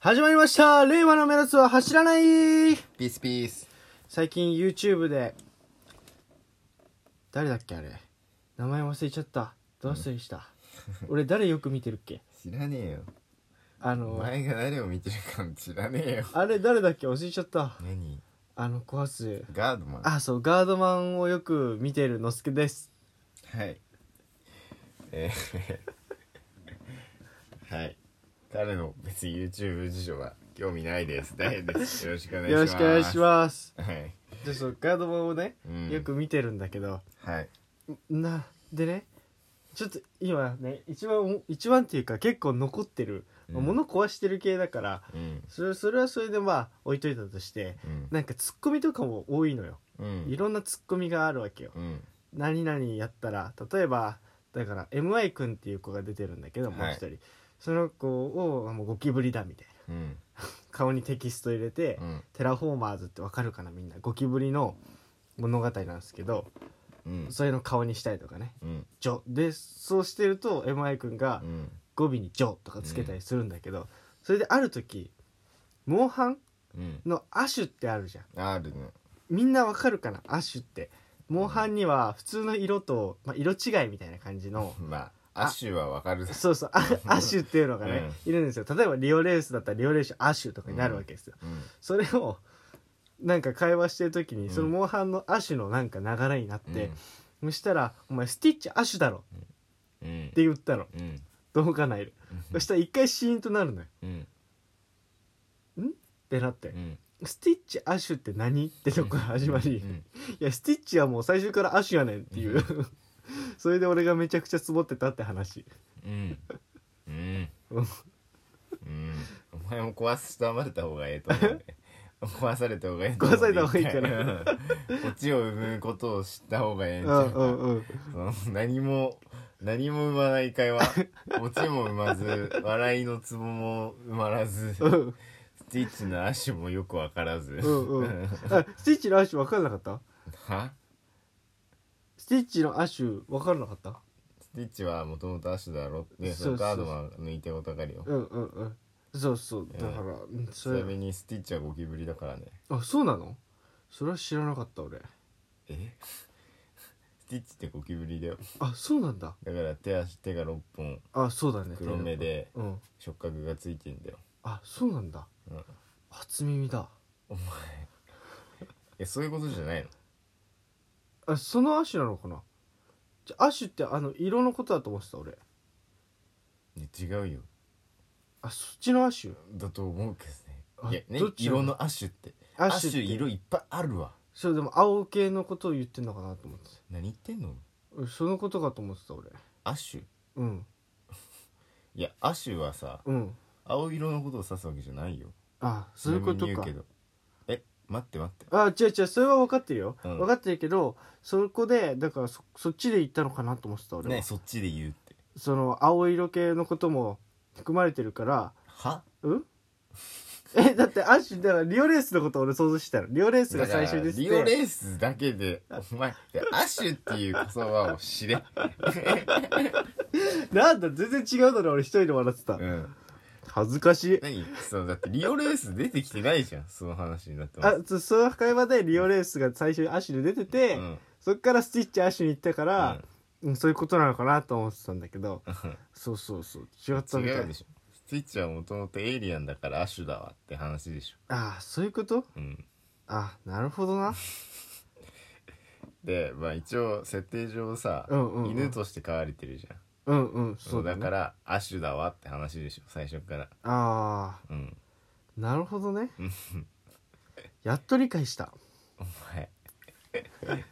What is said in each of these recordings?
始まりました令和の目立つは走らないピースピース最近 YouTube で誰だっけあれ名前忘れちゃったどうするした、俺誰よく見てるっけ知らねえよあおの前が誰を見てるかも知らねえよあれ誰だっけ忘れちゃった何あの壊すガードマンあそうガードマンをよく見てるのすけですはいえー はい彼の別に YouTube 事情は興味ないです大変ですよろしくお願いしよろますしくお願いしますすはい、でそうガードマンをねうんよく見てるんだけど、はいなでねちょっと今ね一番お一番っていうか結構残ってる、うん物壊してる系だからうんそれそれはそれでまあ置いといたとしてうんなんかツッコミとかも多いのよ、うんいろんなツッコミがあるわけよ、うん何々やったら例えばだから MI 君っていう子が出てるんだけどもうはい一人、その子をあもうゴキブリだみたいなうん顔にテキスト入れて、うんテラフォーマーズってわかるかなみんなゴキブリの物語なんですけどうんそれの顔にしたりとかねうん「ジョ」でそうしてると MI 君がうん語尾に「ジョ」とかつけたりするんだけど、それである時モンハンうんの「アシュ」ってあるじゃんあるねみんなわかるかなアシュってモンハンには普通の色と、まあ、色違いみたいな感じのまあアッシュはわかるだそうそうあアシュっていうのがね、いるんですよ例えばリオレースだったらリオレースアシュとかになるわけですよ、うんそれをなんか会話してる時に、うんそのモンハンのアシュのなんか流れになって、そしたら「お前スティッチアシュだろ」っうんうんて言ったのうん動画内でそしたら一回シーンとなるのようんってなってう、んスティッチアシュって何ってとこ始まり、ういんやスティッチはもう最初からアシュやねんっていう、 それで俺がめちゃくちゃツボってたって話うん。うん。うんうん。お前も壊す、まれた方がええと 思うね。壊された方がええと思う壊された方がいいかなうんこっちを生むことを知った方がええんうちゃんううんかうんその何も、何も生まない会話。オチも生まず、 笑いのツボも埋まらず、スうんティッチの足もよくわからず。うんうん あスティッチのアッシュ分かんなかったはスティッチのアッシュ分かんなかったスティッチはもともと足だろって、そそうそうのガードマンの言いたいことわかるよ。うんうんうんそうそうだから、うんちそなれみにスティッチはゴキブリだからね。あそうなのそれは知らなかった俺えスティッチってゴキブリだよあそうなんだだから手足手が6本あそうだね黒目でうん触覚がついてんだよ、あそうなんだうん、初耳だお前えそういうことじゃないのあそのアッシュなのかなじゃアッシュってあの色のことだと思ってた俺ね違うよあそっちのアッシュだと思うけどあねいやどねっちなの色のアッシュってアアッッシシュュって色いっぱいあるわそうでも青系のことを言ってんのかなと思って何言ってんのうんそのことかと思ってた俺アッシュうんいやアッシュはさうん青色のことを指すわけじゃないよあそういうことちなかみに言うけどえ待って待ってあ違う違うそれは分かってるよ、うん分かってるけどそこでだからそそっちで行ったのかなと思ってた俺は、ねそっちで言うってその青色系のことも含まれてるからはうん えだってアッシュだからリオレースのこと俺想像してたのリオレースが最初に出てリオレースだけでお前アッシュっていう言葉を知れ、なんだ全然違うのに俺一人で笑ってた、うん、恥ずかしい何そのだってリオレース出てきてないじゃんその話になってますあそその会話でリオレースが最初にアッシュで出てて、うんそっからスティッチアッシュに行ったから、うんそういうことなのかなと思ってたんだけどそうそうそう違ったうん、みた違いうでしょスティッチはもともとエイリアンだからアッシュだわって話でしょ、ああそういうことうん、あなるほどなでまあ一応設定上さ、うんうんうん犬として飼われてるじゃうんんうんそそううだ,、だね、からアッシュだわって話でしょ最初からあうんあなるほどねやっと理解したお前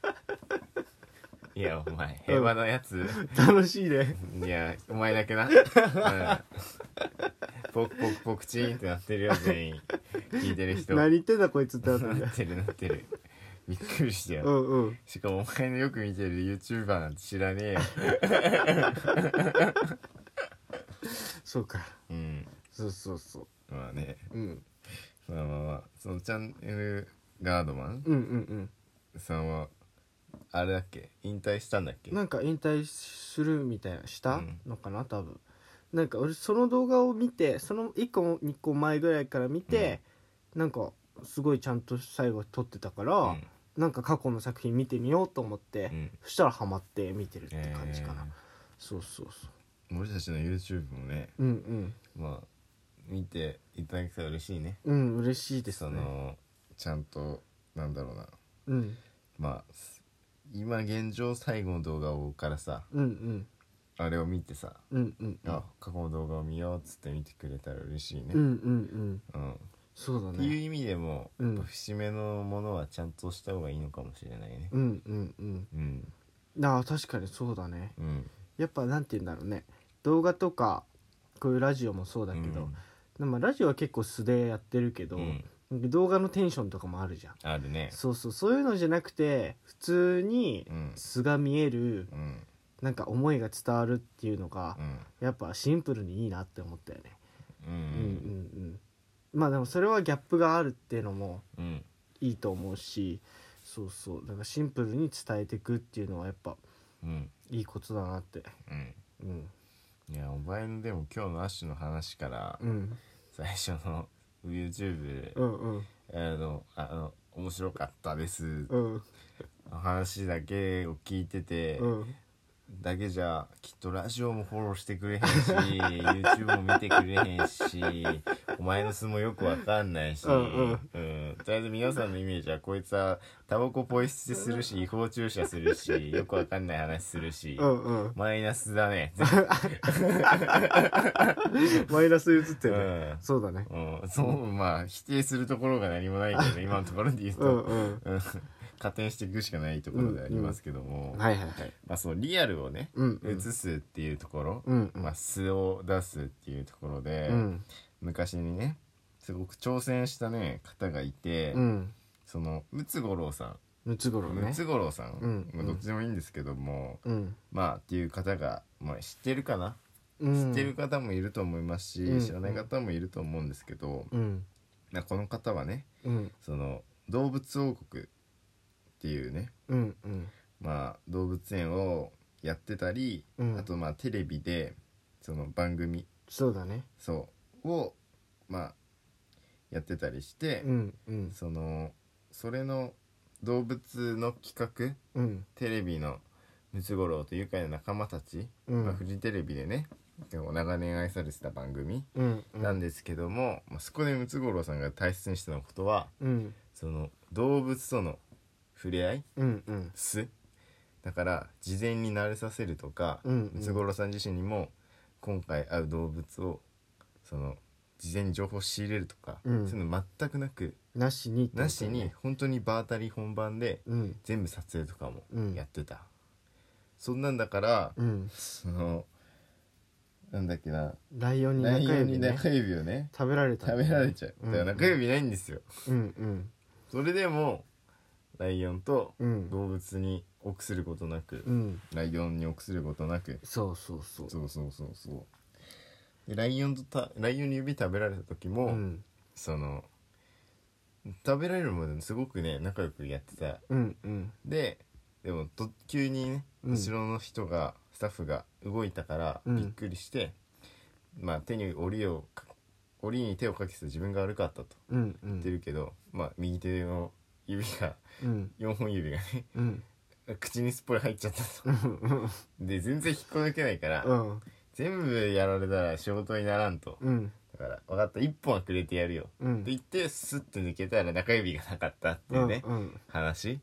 いやお前平和なやつ、楽しいねいや、お前だけな。うん、ポクポクポクチーンってなってるよ、全員。聞いてる人。何な言ってんだこいつってなった んだってるなってる。びっくりしたうよ。んうんしかもお前のよく見てる YouTuber なんて知らねえよ。そうかうん。そうそうそまあね。う、うん、まあまあまあ。そのチャンネルガードマンうんうんさんは、あれだっけ引退したんだっうけんなんか引退するみたいなしたうんのかな多分なんか俺その動画を見てその1個も2個前ぐらいから見て、なんかすごいちゃんと最後撮ってたから、うんなんか過去の作品見てみようと思って、うんそしたらハマって見てるって感じかな、えーそうそうそ俺たちの YouTube もねううんまあ見ていただけたら嬉しいねうんうん嬉しいですそねのちゃんとなんだろうなうんまあす今現状最後の動画をからさうんうんあれを見てさ、うんうんあ過去の動画を見ようっつって見てくれたら嬉しいねうんうんうんうんそうだっていうね意味でも、うんやっぱ節目のものはちゃんとした方がいいのかもしれないねうんうんうんうんあー確かにそうだねうんやっぱなんて言うんだろうね動画とかこういうラジオもそうだけど、でもラジオは結構素でやってるけうど、ん、うん動画のテンションとかもあるじゃんあるねそうそうそういうのじゃなくて普通にうん素が見えるうんなんか思いが伝わるっていうのがうんやっぱシンプルにいいなって思ったよねううんんうんうんまあでもそれはギャップがあるっていうのもうんいいと思うしそうそうだからシンプルに伝えていくっていうのはやっぱうんいいことだなってうんうんいやお前のでも今日のアッシュの話からうん最初の YouTube うんうんあのあの面白かったですうんの話だけを聞いててうんだけじゃきっとラジオもフォローしてくれへんし YouTube も見てくれへんしお前の素もよくわかんないし、うんうんうんとりあえず皆さんのイメージはこいつはタバコポイ捨てするし違法注射するしよくわかんない話するし、うんうんマイナスだね。マイナス映ってうる、んそうだねうん、そう、まあ、否定するところが何もないけどね、今のところで言ううんと、うんうん加点していくしかないところでありますけども、はいはいはいまあ、そのリアルをね、うんう映んすっていうところ、うんうんまあ、素を出すっていうところで、うん昔にね、すごく挑戦したね、方がいて、うんその、ムツゴロウさムツゴロん、ウねムツゴロウさん、うんまあ、どっちでもいいんですけども、うんまあ、っていう方が、まあ、知ってるかな、うん知ってる方もいると思いますし、うん知らない方もいると思うんですけど、うんまあこの方はねうんその動物王国っていうね、うんうんまあ、動物園をやってたり、うんあとまあテレビでその番組そうだねそうをまあやってたりして、うんうんそのそれの動物の企画うんテレビのムツゴロウと愉快な仲間たち、うんまあ、フジテレビでね結構長年愛されてた番組うんうなんんですけども、まあ、そこでムツゴロウさんが大切にしてたことはうんその動物との触れ合いうんうん素だから事前に慣れさせるとかうんうんムツゴロウさん自身にも今回会う動物をその事前に情報を仕入れるとか、うんそういうの全くなくなしにってことねなしに本当に場当たり本番でうん全部撮影とかもうんやってた、そんなんだから、うんそのなんだっけなライオンにライ中オン指にね中指をね食べられた食べられちゃう、んだから中指ないんですようんそれでもライオンとうんうん動物に臆することなく、うんライオンに臆することなくそうそうそうそうそうそうそうでライオンとたライオンに指食べられた時も、うんその食べられるまですごくね仲良くやってたうんうんででもと急にねうん後ろの人が、スタッフが動いたからうんびっくりして、まあ手に檻をか檻に手をかけてた自分が悪かったとうんう言ってんるけど、まあ右手の指がうん4本指がね うん口にすっぽり入っちゃったとうんで全然引っこ抜けないから、うん全部やられたら仕事にならんと、うんだから分かった1本はくれてやるよ、うんって言ってスッて抜けたら中指がなかったっていうね、うんうん話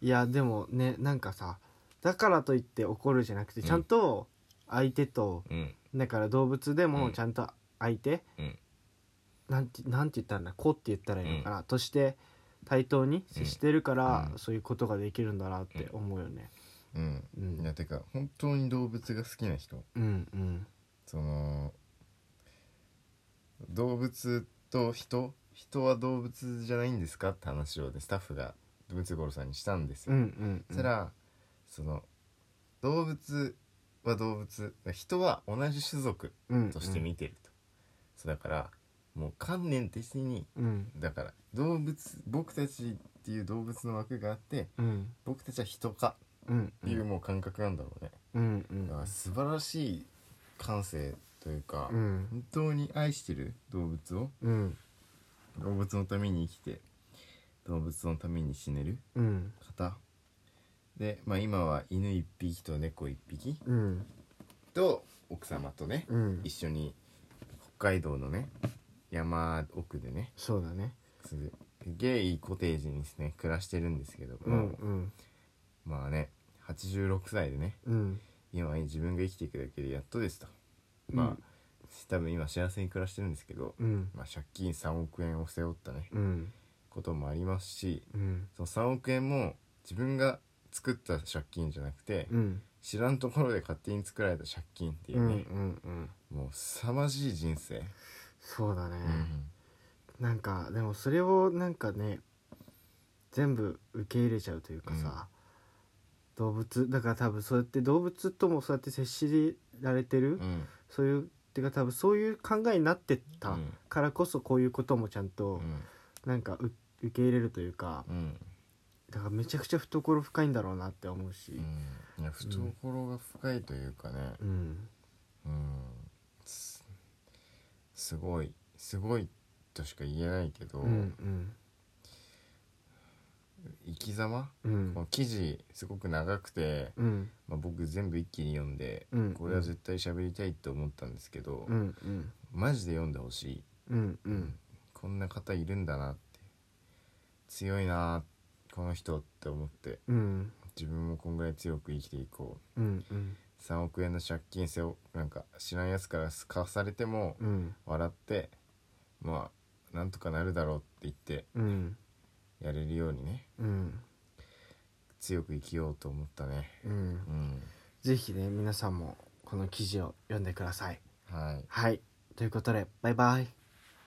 いやでもねなんかさだからといって怒るじゃなくてうんちゃんと相手と、うんだから動物でうもんちゃんと相手、うんなんてなんて言ったんだ子って言ったらいいのかな、として対等に接してるから、うんそういうことができるんだなって思うよね。うんうんいやてか本当に動物が好きな人うんうんその動物と人人は動物じゃないんですかって話をねスタッフがムツゴロウさんにしたんですうよ、んうんそしたらその動物は動物人は同じ種族うんとして見てると、そうだからもう観念的にうんだから動物僕たちっていう動物の枠があってうん僕たちは人かうんっていうもう感覚なんだろうね、うんうんだから素晴らしい感性というか、うん本当に愛してる動物をうん動物のために生きて動物のために死ねるうん方で、まあ、今は犬1匹と猫1匹うんと奥様とね、うん一緒に北海道のね山奥でねそうだねすげえいいコテージにですね暮らしてるんですけどうも、んうんまあね86歳でねうん今自分が生きていくだけでやっとですと、うんまあ多分今幸せに暮らしてるんですけど、うんまあ、借金3億円を背負ったねうんこともありますしうんその3億円も自分が作った借金じゃなくて、うん知らんところで勝手に作られた借金っていうんううんね、うんもう凄まじい人生、そうだね、うんなんかでもそれをなんかね全部受け入れちゃうというかさ、動物だから多分そうやって動物ともそうやって接しられてる、うんそういうてか多分そういう考えになってったうんからこそこういうこともちゃんうとんなんかう受け入れるというかうんだからめちゃくちゃ懐深いんだろうなって思うし、うんいや懐が深いというかね、うんうんすすごいすごいとしか言えないけど、うん生き様、うんうんこの記事すごく長くて、うんまあ、僕全部一気に読んで、うんこれは絶対喋りたいと思ったんですけど、うんうんマジで読んでほしい、うんうんこんな方いるんだなって強いなこの人って思ってうん自分もこんぐらい強く生きていこううんうん3億円の借金背負なんか知らんやつからすかされてもうん笑ってまあなんとかなるだろうって言ってうんやれるようにねうん強く生きようと思ったねうんうんぜひね皆さんもこの記事を読んでください。はいはいということでバイバイ。